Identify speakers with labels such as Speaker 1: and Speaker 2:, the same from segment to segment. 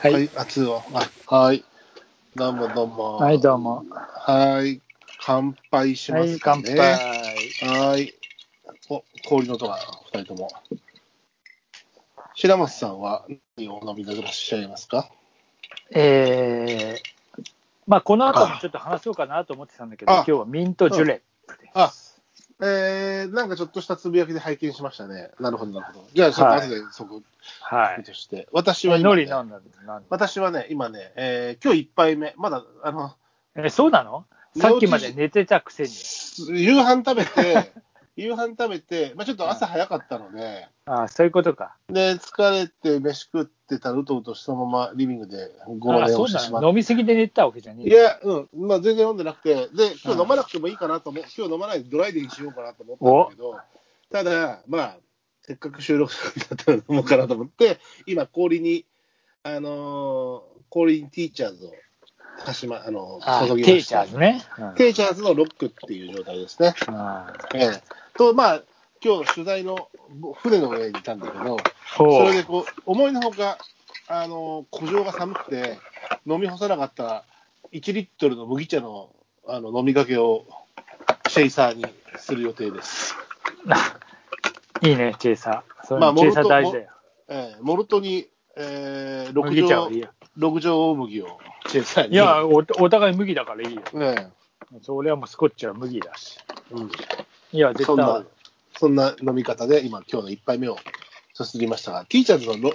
Speaker 1: はい
Speaker 2: はい、熱いわ。あはい。どうもどうも。
Speaker 1: はい、どうも。
Speaker 2: はい。乾杯し
Speaker 1: は
Speaker 2: ま
Speaker 1: い、
Speaker 2: す
Speaker 1: 乾
Speaker 2: か
Speaker 1: 杯。
Speaker 2: ね。はい。お、氷の音が、二人とも。白松さんは何をお飲みでいらっしゃいますか
Speaker 1: えー、まあ、この後もちょっと話そうかなと思ってたんだけど、
Speaker 2: あ
Speaker 1: 今日はミントジュレップで。
Speaker 2: あ、えー、なんかちょっとしたつぶやきで拝見しましたね。なるほど、なるほど。じゃあ、ちょっと後でそこ、
Speaker 1: は
Speaker 2: 見
Speaker 1: い。
Speaker 2: として。私は
Speaker 1: 海
Speaker 2: 今、
Speaker 1: 苔
Speaker 2: ね、
Speaker 1: 飲んだんですなんだ
Speaker 2: 私はね、今ね、えー、今日一杯目、まだ、あの、
Speaker 1: え、そうなのさっきまで寝てたくせに。
Speaker 2: 夕飯食べ て、夕飯食べて、まあ、ちょっと朝早かったので、
Speaker 1: ああ、そういうことか。
Speaker 2: で、疲れて、飯食ってたらうとうとしたままリビングでご
Speaker 1: あ
Speaker 2: ま
Speaker 1: あ、
Speaker 2: ね
Speaker 1: そ
Speaker 2: を
Speaker 1: う
Speaker 2: して
Speaker 1: な
Speaker 2: しまっ
Speaker 1: の
Speaker 2: て。
Speaker 1: 飲みすぎで寝てたわけじゃね
Speaker 2: い
Speaker 1: え。
Speaker 2: や、うん、まあ、全然飲んでなくて、で、今
Speaker 1: うん
Speaker 2: 日飲まなくてもいいかなと思う、今日飲まないでドライデーにしようかなと思ったんだけど、ただ、まあ、せっかく収録だったら飲もうかなと思って、今、氷に、あのー氷にティーチャーズを足しま、あの
Speaker 1: ああ、
Speaker 2: 注
Speaker 1: テ
Speaker 2: ぎま
Speaker 1: ー
Speaker 2: し
Speaker 1: チャ
Speaker 2: た。
Speaker 1: ーズね。
Speaker 2: ティーチャーズのロックっていう状態ですね。
Speaker 1: うんああ
Speaker 2: ええ、と、まあ、今日取材の船の上にいたんだけど、そ
Speaker 1: お
Speaker 2: れ
Speaker 1: う
Speaker 2: でこう、思いのほか、あの、古城が寒くて、飲み干さなかった1リットルの麦茶のあの飲みかけをシェイサーにする予定です。
Speaker 1: いいね、チェイサー。そういう
Speaker 2: まあ
Speaker 1: のチェイサー大事だよ。
Speaker 2: ええ、モルトに、えー、六
Speaker 1: 麦茶
Speaker 2: 条
Speaker 1: はいいよ。
Speaker 2: 六条大麦をシェイサーに。
Speaker 1: いや、おお互い麦だからいいよ。
Speaker 2: ええ
Speaker 1: それはもうスコッチは麦だし。
Speaker 2: うん、
Speaker 1: いや、絶
Speaker 2: そん
Speaker 1: 対あ
Speaker 2: な
Speaker 1: る。
Speaker 2: そんな飲み方で、今、今日の一杯目をすすりましたが、ティーチャーズのロ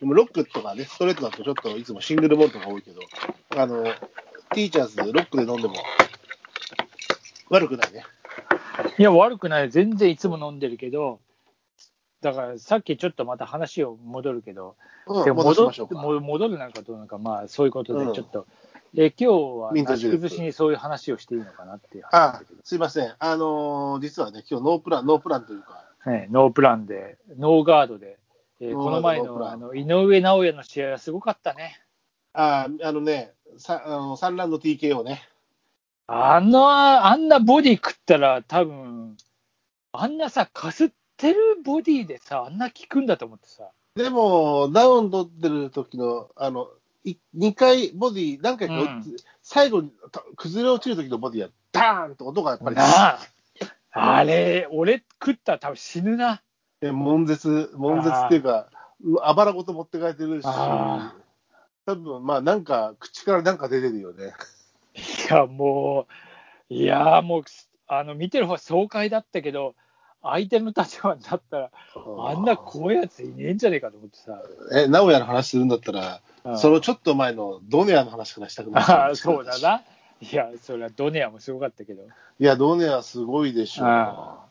Speaker 2: でもロックとかね、ストレートだとちょっといつもシングルモルトが多いけど、あの、ティーチャーズでロックで飲んでも悪くないね。
Speaker 1: いや、悪くない。全然いつも飲んでるけど、だからさっきちょっとまた話を戻るけど、
Speaker 2: うん、
Speaker 1: でも
Speaker 2: 戻し
Speaker 1: 戻
Speaker 2: ましょうか。
Speaker 1: も戻るなんかどうなのか、まあそういうこと
Speaker 2: う
Speaker 1: で
Speaker 2: ん
Speaker 1: ちょっと、え今日は
Speaker 2: ミント
Speaker 1: な
Speaker 2: ジ
Speaker 1: し
Speaker 2: ュレップ
Speaker 1: 崩しにそういう話をしていいのかなっていう話
Speaker 2: あ
Speaker 1: だけど、
Speaker 2: すいません。あのー実はね、今日ノープラン、ノープランというか、
Speaker 1: ね、ノープランで、ノーガードで、えー
Speaker 2: ノー
Speaker 1: こ
Speaker 2: ガード
Speaker 1: の前
Speaker 2: ノープラ
Speaker 1: の
Speaker 2: ン
Speaker 1: あの井上尚弥の試合はすごかったね。
Speaker 2: あーあのね、さあの3ラウンド TKO ね。
Speaker 1: あの、あんなボディ食ったら多分、あんなさ、かすってるボディでさ、あんな効くんだと思ってさ。
Speaker 2: でも、ダウン取ってる時の、あの、い2回ボディ、何回か打って、
Speaker 1: う
Speaker 2: 最後にた崩れ落ちる時のボディは、ダーンと音がやっぱり、
Speaker 1: なあ。あれ、俺食ったら多分死ぬな。
Speaker 2: え悶絶、悶絶っていうか、あばらごと持って帰ってるし、
Speaker 1: あ
Speaker 2: 多分まあ、なんか、口からなんか出てるよね。
Speaker 1: いや、もう、いや、もう、あの、見てる方は爽快だったけど、相手の立場になったら、 あんな怖いやついねえんじゃねえかと思ってさ。
Speaker 2: え、名古屋の話するんだったら、
Speaker 1: うん
Speaker 2: そのちょっと前のドネアの話からしたくなっちゃ
Speaker 1: あ
Speaker 2: ん
Speaker 1: あ、
Speaker 2: ですけど
Speaker 1: そうだ。な。いや、それはドネアもすごかったけど。
Speaker 2: いや、ドネアすごいでしょ
Speaker 1: あ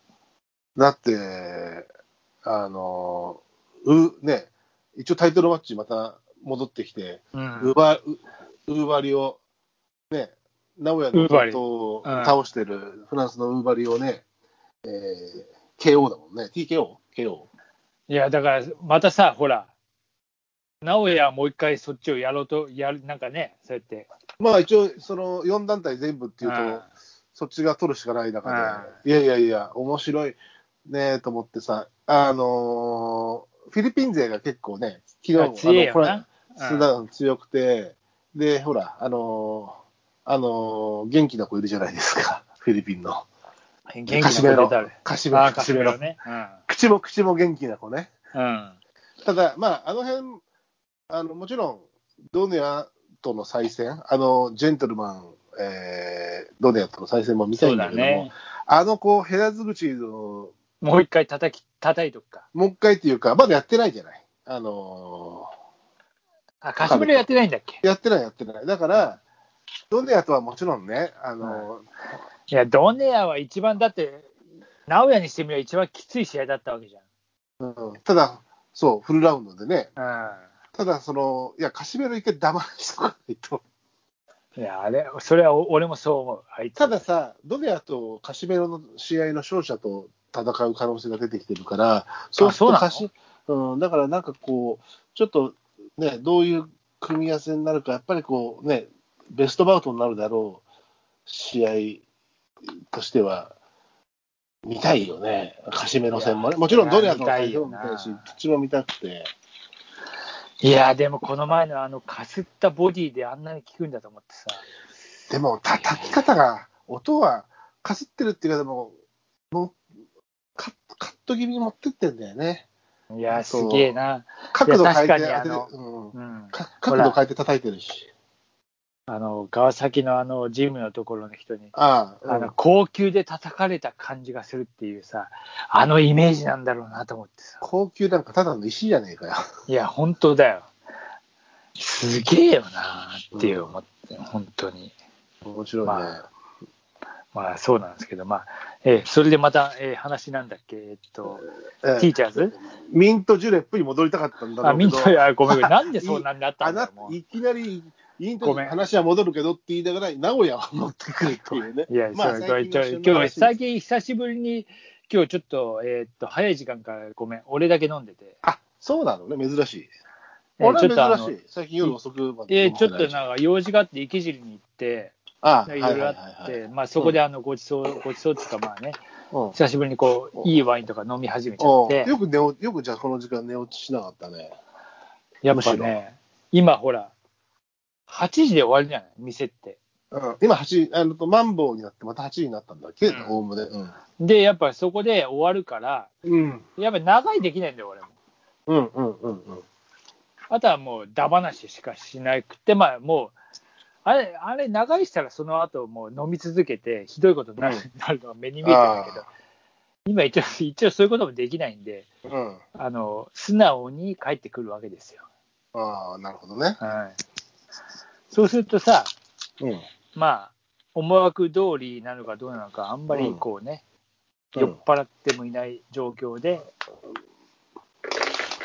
Speaker 2: だって、あの、う、ね、一応タイトルマッチまた戻ってきて、
Speaker 1: うん
Speaker 2: ウーバー、ウウーバリを、ね、名古屋
Speaker 1: ウ
Speaker 2: の
Speaker 1: ーバリ
Speaker 2: 人を
Speaker 1: うん
Speaker 2: 倒してるフランスのウーバリをね、えー KO だもんね。TKO?KO?
Speaker 1: いや、だから、またさ、ほら、直哉はもう一回そっちをやろうと、やる、なんかね、そうやって。
Speaker 2: まあ一応、その4団体全部っていう
Speaker 1: うん
Speaker 2: と、そっちが取るしかない中で、いやいやいや、面白いねと思ってさ、あのーフィリピン勢が結構ね、昨日、あ
Speaker 1: あ強いよ
Speaker 2: のこれ
Speaker 1: な。うん
Speaker 2: スダン強くて、で、ほら、あのーあのー元気な子いるじゃないですか、 フィリピンの。
Speaker 1: 元気
Speaker 2: カシメ
Speaker 1: な
Speaker 2: ロ
Speaker 1: こと誰。。
Speaker 2: カシメ
Speaker 1: あ
Speaker 2: ロ。
Speaker 1: あ、
Speaker 2: カ
Speaker 1: カ
Speaker 2: シ
Speaker 1: シ
Speaker 2: メ
Speaker 1: メ
Speaker 2: ロ
Speaker 1: ロ。ね。
Speaker 2: 口も口も元気な子ね。
Speaker 1: うん。うん。
Speaker 2: ただ、まあ、あの辺、あの、もちろん、ドネアとの再戦、あの、ジェントルマン、えー、ドネアとの再戦も見たい
Speaker 1: そうん
Speaker 2: だ
Speaker 1: だ
Speaker 2: けども、
Speaker 1: ね。
Speaker 2: あの、こう、ヘラズ口の、
Speaker 1: もう一回叩き、叩いとくか。
Speaker 2: もう一回っていうか、まだやってないじゃない。あの
Speaker 1: あ、カシメロやってないんだっけ
Speaker 2: ーやってない、やってない。だから、ドネアとはもちろんね、あの
Speaker 1: いや、ドネアは一番、だって、直哉にしてみれば一番きつい試合だったわけじ
Speaker 2: ー、うんただ、そう、フルラウンドでね、
Speaker 1: ゃん。
Speaker 2: ただ、その、いや、カシメロ一回黙らしとかないと。
Speaker 1: うん。いや、あれ、それはお俺もそう思う。あいつ。
Speaker 2: たださ、ドネアとカシメロの試合の勝者と戦う可能性が出てきてるから、そうす
Speaker 1: そう
Speaker 2: る
Speaker 1: な
Speaker 2: と
Speaker 1: の
Speaker 2: カシうん、だからなんかこう、ちょっとね、どういう組み合わせになるか、やっぱりこうね、ベストバウトになるだろう試合としては、見たいよね、カシメロ戦もね。もちろんドネアとの対戦も見たいし
Speaker 1: いや見たいよ、
Speaker 2: どっちも見たくて。
Speaker 1: いや、でもこの前のあの、かすったボディであんなに効くんだと思ってさ。
Speaker 2: でも、叩き方が、音はかすってるっていうか、でも、もうカットカット気味に持ってってんだよね。
Speaker 1: いや、すげえな。
Speaker 2: 角度変えて
Speaker 1: いや
Speaker 2: 当
Speaker 1: 確かに
Speaker 2: てて、うん
Speaker 1: うん。
Speaker 2: か角度変えて叩いてるし。
Speaker 1: あの、川崎のあの、ジムのところの人に、
Speaker 2: ああ、
Speaker 1: あ
Speaker 2: う
Speaker 1: の、
Speaker 2: ん
Speaker 1: 高級で叩かれた感じがするっていうさ、あのイメージなんだろうなと思ってさ。
Speaker 2: 高級なんかただの石じゃねえかよ。
Speaker 1: いや、本当だよ。すげえよなっていう思って、本当に。
Speaker 2: 面白いね。
Speaker 1: まあまあ、そうなんですけど、まあ、えーそれでまた、えー話なんだっけ、えーっと、
Speaker 2: ええ
Speaker 1: ティーチャーズ
Speaker 2: ミントジュレップに戻りたかったんだろ
Speaker 1: あ、
Speaker 2: うけ
Speaker 1: みん
Speaker 2: ど。
Speaker 1: な、あごめんごめん、なんでそんなになった
Speaker 2: あ
Speaker 1: んだ
Speaker 2: な
Speaker 1: ろうもう
Speaker 2: いきなり、インド
Speaker 1: ごめん
Speaker 2: 話は戻るけどって言いながら、名古屋を持ってくるっていうね。
Speaker 1: いや、
Speaker 2: まあ
Speaker 1: そう
Speaker 2: 最近
Speaker 1: ちょ
Speaker 2: の旬の
Speaker 1: 今
Speaker 2: 話
Speaker 1: 日、最近久しぶりに、今日ちょっと、えーっと、早い時間からごめん、俺だけ飲んでて。
Speaker 2: あそうなのね、珍しい。
Speaker 1: えー
Speaker 2: 俺
Speaker 1: ちょっとあ
Speaker 2: は
Speaker 1: の
Speaker 2: 珍しい。最近夜遅くまで
Speaker 1: え
Speaker 2: 飲
Speaker 1: ー
Speaker 2: ま
Speaker 1: ち
Speaker 2: な
Speaker 1: ょ
Speaker 2: いし。
Speaker 1: っとなんか用事があって池尻に行って、
Speaker 2: ああ、
Speaker 1: いろいろあ
Speaker 2: はいは
Speaker 1: っ
Speaker 2: いはい
Speaker 1: て、まあそこであのごちそう、ごちそうっていうかまあね、
Speaker 2: はい
Speaker 1: 久しぶりにこう、いいワインとか飲み始めちゃっ
Speaker 2: うん
Speaker 1: て
Speaker 2: うん、よく寝落ちよくじゃあこの時間寝落ちしなかったね。
Speaker 1: やっぱね、今ほら、8時で終わるじゃない、店って。
Speaker 2: うん、今8、あのと、マンボウになって、また8時になったんだっけ、
Speaker 1: うん
Speaker 2: おおむね。うん。
Speaker 1: で、やっぱそこで終わるから、
Speaker 2: うん、
Speaker 1: やっぱ長いできないんだよ、俺も。
Speaker 2: うん、うん、うんうん。
Speaker 1: あとはもう、だ話しかしなくて、まあもう、あれ、あれ、長いしたらその後もう飲み続けて、ひどいことになる,、
Speaker 2: う
Speaker 1: なるのは目に見えてるけど、今一応、一応そういうこともできないんで、
Speaker 2: うん。
Speaker 1: あの、素直に帰ってくるわけですよ。
Speaker 2: ああ、なるほどね。
Speaker 1: はい。そうするとさ、
Speaker 2: うん。
Speaker 1: まあ、思惑通りなのかどうなのか、あんまりこう
Speaker 2: う
Speaker 1: ね、
Speaker 2: ん
Speaker 1: 酔っ払ってもいない状況で、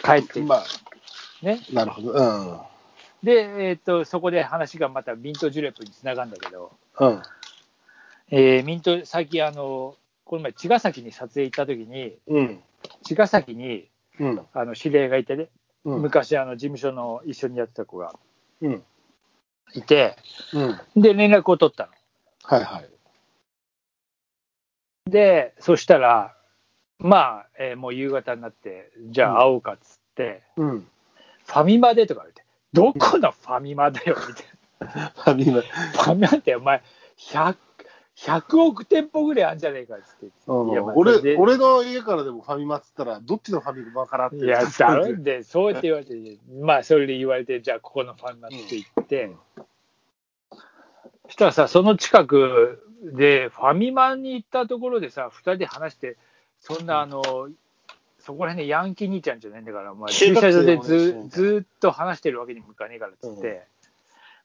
Speaker 1: 帰って、
Speaker 2: まあ、
Speaker 1: ね。
Speaker 2: なるほど。う
Speaker 1: で、えっと、そこで話がまたミントジュレップにつながるんだけど、
Speaker 2: ん。うん。
Speaker 1: えーミント、最近あの、この前、茅ヶ崎に撮影行った時に、
Speaker 2: うん。
Speaker 1: 茅ヶ崎に、
Speaker 2: うん。
Speaker 1: あの、知り合いがいてね、
Speaker 2: うん。
Speaker 1: 昔、あの、事務所の一緒にやってた子が
Speaker 2: うん。
Speaker 1: いて、
Speaker 2: うん。
Speaker 1: で、連絡を取ったの。
Speaker 2: はいはい。
Speaker 1: で、そしたら、まあ、えーもう夕方になって、じゃあ会おうかっつって、
Speaker 2: うん。
Speaker 1: ファミマでとか言って、どこのファミマだよ、みたい
Speaker 2: ファミマ。
Speaker 1: な。ファミマって、お前、100、100億店舗ぐらいあんじゃねえかっつって。いやまあそれ
Speaker 2: 俺
Speaker 1: で
Speaker 2: 俺の家からでもファミマっつったら、どっちのファミマからって
Speaker 1: い や、だろで、そうやって言われて、まあ、それで言われて、じゃあ、ここのファンだって言って、したらさ、その近くで、ファミマに行ったところでさ、2人で話して、そんな、あの、そこら辺でヤンキー兄ちゃんじゃないんだから、まあ、
Speaker 2: 中
Speaker 1: 駐
Speaker 2: 学
Speaker 1: 車場
Speaker 2: 生
Speaker 1: で
Speaker 2: の話
Speaker 1: ずずーっと話してるわけにもいかねえからっつって、
Speaker 2: うん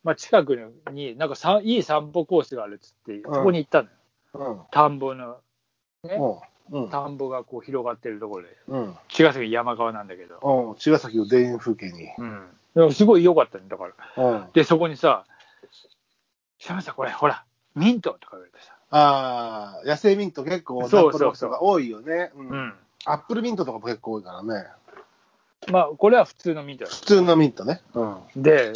Speaker 1: まあ、近くに、なんかさいい散歩コースがあるっつって、そこに行ったのよ、
Speaker 2: うん。
Speaker 1: 田んぼの、ね、
Speaker 2: うん。
Speaker 1: 田んぼがこう広がってるところで、
Speaker 2: うん。
Speaker 1: 茅ヶ崎山川なんだけど。
Speaker 2: うん。茅ヶ崎の田園風景に。
Speaker 1: うん、でもすごい良かったんだから。
Speaker 2: うん。あ
Speaker 1: で、そこにさ、しゃべさん、これ、ほら、ミントとか言われてさ、
Speaker 2: あー、野生ミント結構、
Speaker 1: そうそうそう
Speaker 2: が多いよね。う。
Speaker 1: うんん。
Speaker 2: アップルミントとかも結構多いからね。
Speaker 1: まあ、これは普通のミントだ
Speaker 2: 普通のミントね。うん。
Speaker 1: で、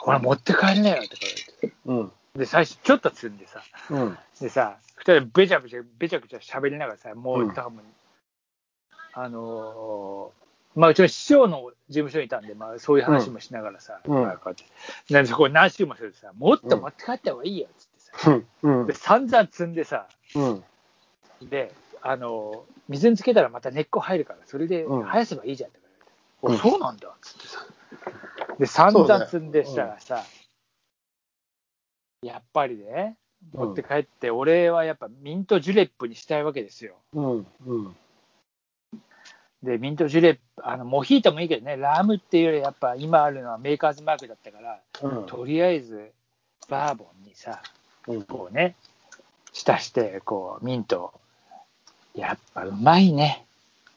Speaker 1: ほら、持って帰りなよとか言われて。
Speaker 2: うん。
Speaker 1: で、最初、ちょっと積んでさ、
Speaker 2: うん。
Speaker 1: でさ、二人でべちゃべちゃ、べちゃくちゃ喋りながらさ、も
Speaker 2: う
Speaker 1: う、
Speaker 2: ん
Speaker 1: 多分、あのーまあ、うちの師匠の事務所にいたんで、まあ、そういう話もしながらさ、
Speaker 2: うん
Speaker 1: まあこうやってなんでそこ何周もするとさ、もっと持って帰った方がいいよっつってさ、
Speaker 2: うん。
Speaker 1: で散々積んでさ、
Speaker 2: うん。
Speaker 1: で、あの、水につけたらまた根っこ入るから、それで
Speaker 2: うん
Speaker 1: 生やせばいいじゃんって
Speaker 2: う
Speaker 1: 言
Speaker 2: ん
Speaker 1: われて、おそうなんだっつってさ。で、散
Speaker 2: そうだよ
Speaker 1: 々積んでしたらさ、やっぱりね、
Speaker 2: うん
Speaker 1: 持って帰って、俺はやっぱミントジュレップにしたいわけですよ。
Speaker 2: うん。うん。
Speaker 1: で、ミントジュレップ、あの、モヒートもいいけどね、ラムっていうよりやっぱ今あるのはメーカーズマークだったから、
Speaker 2: うん。
Speaker 1: とりあえず、バーボンにさ、
Speaker 2: うん。
Speaker 1: こうね、浸して、こう、ミント。やっぱうまいね。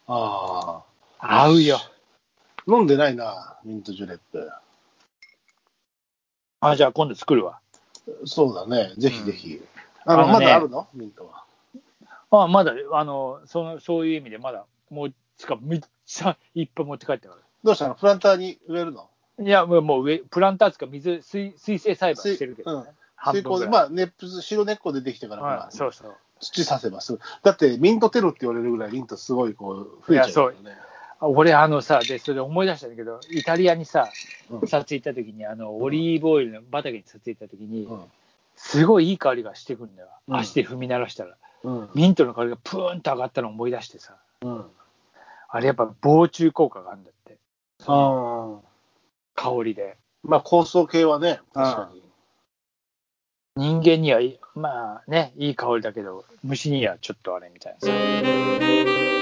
Speaker 2: ああ。
Speaker 1: 合うよ。
Speaker 2: 飲んでないな、ミントジュレップ。
Speaker 1: あ、じゃあ今度作るわ。
Speaker 2: そうだね。ぜひぜひ。
Speaker 1: ん
Speaker 2: あの、
Speaker 1: あの
Speaker 2: ま
Speaker 1: ね
Speaker 2: だあるのミントは。
Speaker 1: あ、まだ、あの、その、そういう意味でまだ、もう、つか、めっちゃいっぱい持って帰ったか
Speaker 2: どうしたのプランターに植えるの
Speaker 1: ら。いや、もう、もう上、プランターつか、水、水、水性栽培してるけどね。半
Speaker 2: 成
Speaker 1: 分
Speaker 2: 功
Speaker 1: ぐ
Speaker 2: で、ま
Speaker 1: らい。
Speaker 2: あ、根っこ白根っこ出てきてから、ま
Speaker 1: う
Speaker 2: あ
Speaker 1: ん、そうそう。
Speaker 2: 土させばすぐ。だって、ミントテロって言われるぐらい、ミントすごいこう、増えちゃうからね。
Speaker 1: あ俺、あのさ、で、それで思い出したんだけど、イタリアにさ、
Speaker 2: うん
Speaker 1: 撮影行った時に、あの、オリーブオイルの畑に撮影行った時に、
Speaker 2: うん
Speaker 1: すごいいい香りがしてくるんだよ。
Speaker 2: うん
Speaker 1: 足で踏み鳴らしたら。
Speaker 2: うん
Speaker 1: ミントの香りがプーンと上がったのを思い出してさ、
Speaker 2: うん
Speaker 1: あれやっぱ防虫効果があるんだって。
Speaker 2: ああ
Speaker 1: 香りで。
Speaker 2: まあ構想系はね確かに
Speaker 1: 人間にはいい、まあね、いい香りだけど、虫にはちょっとあれみたいなさ。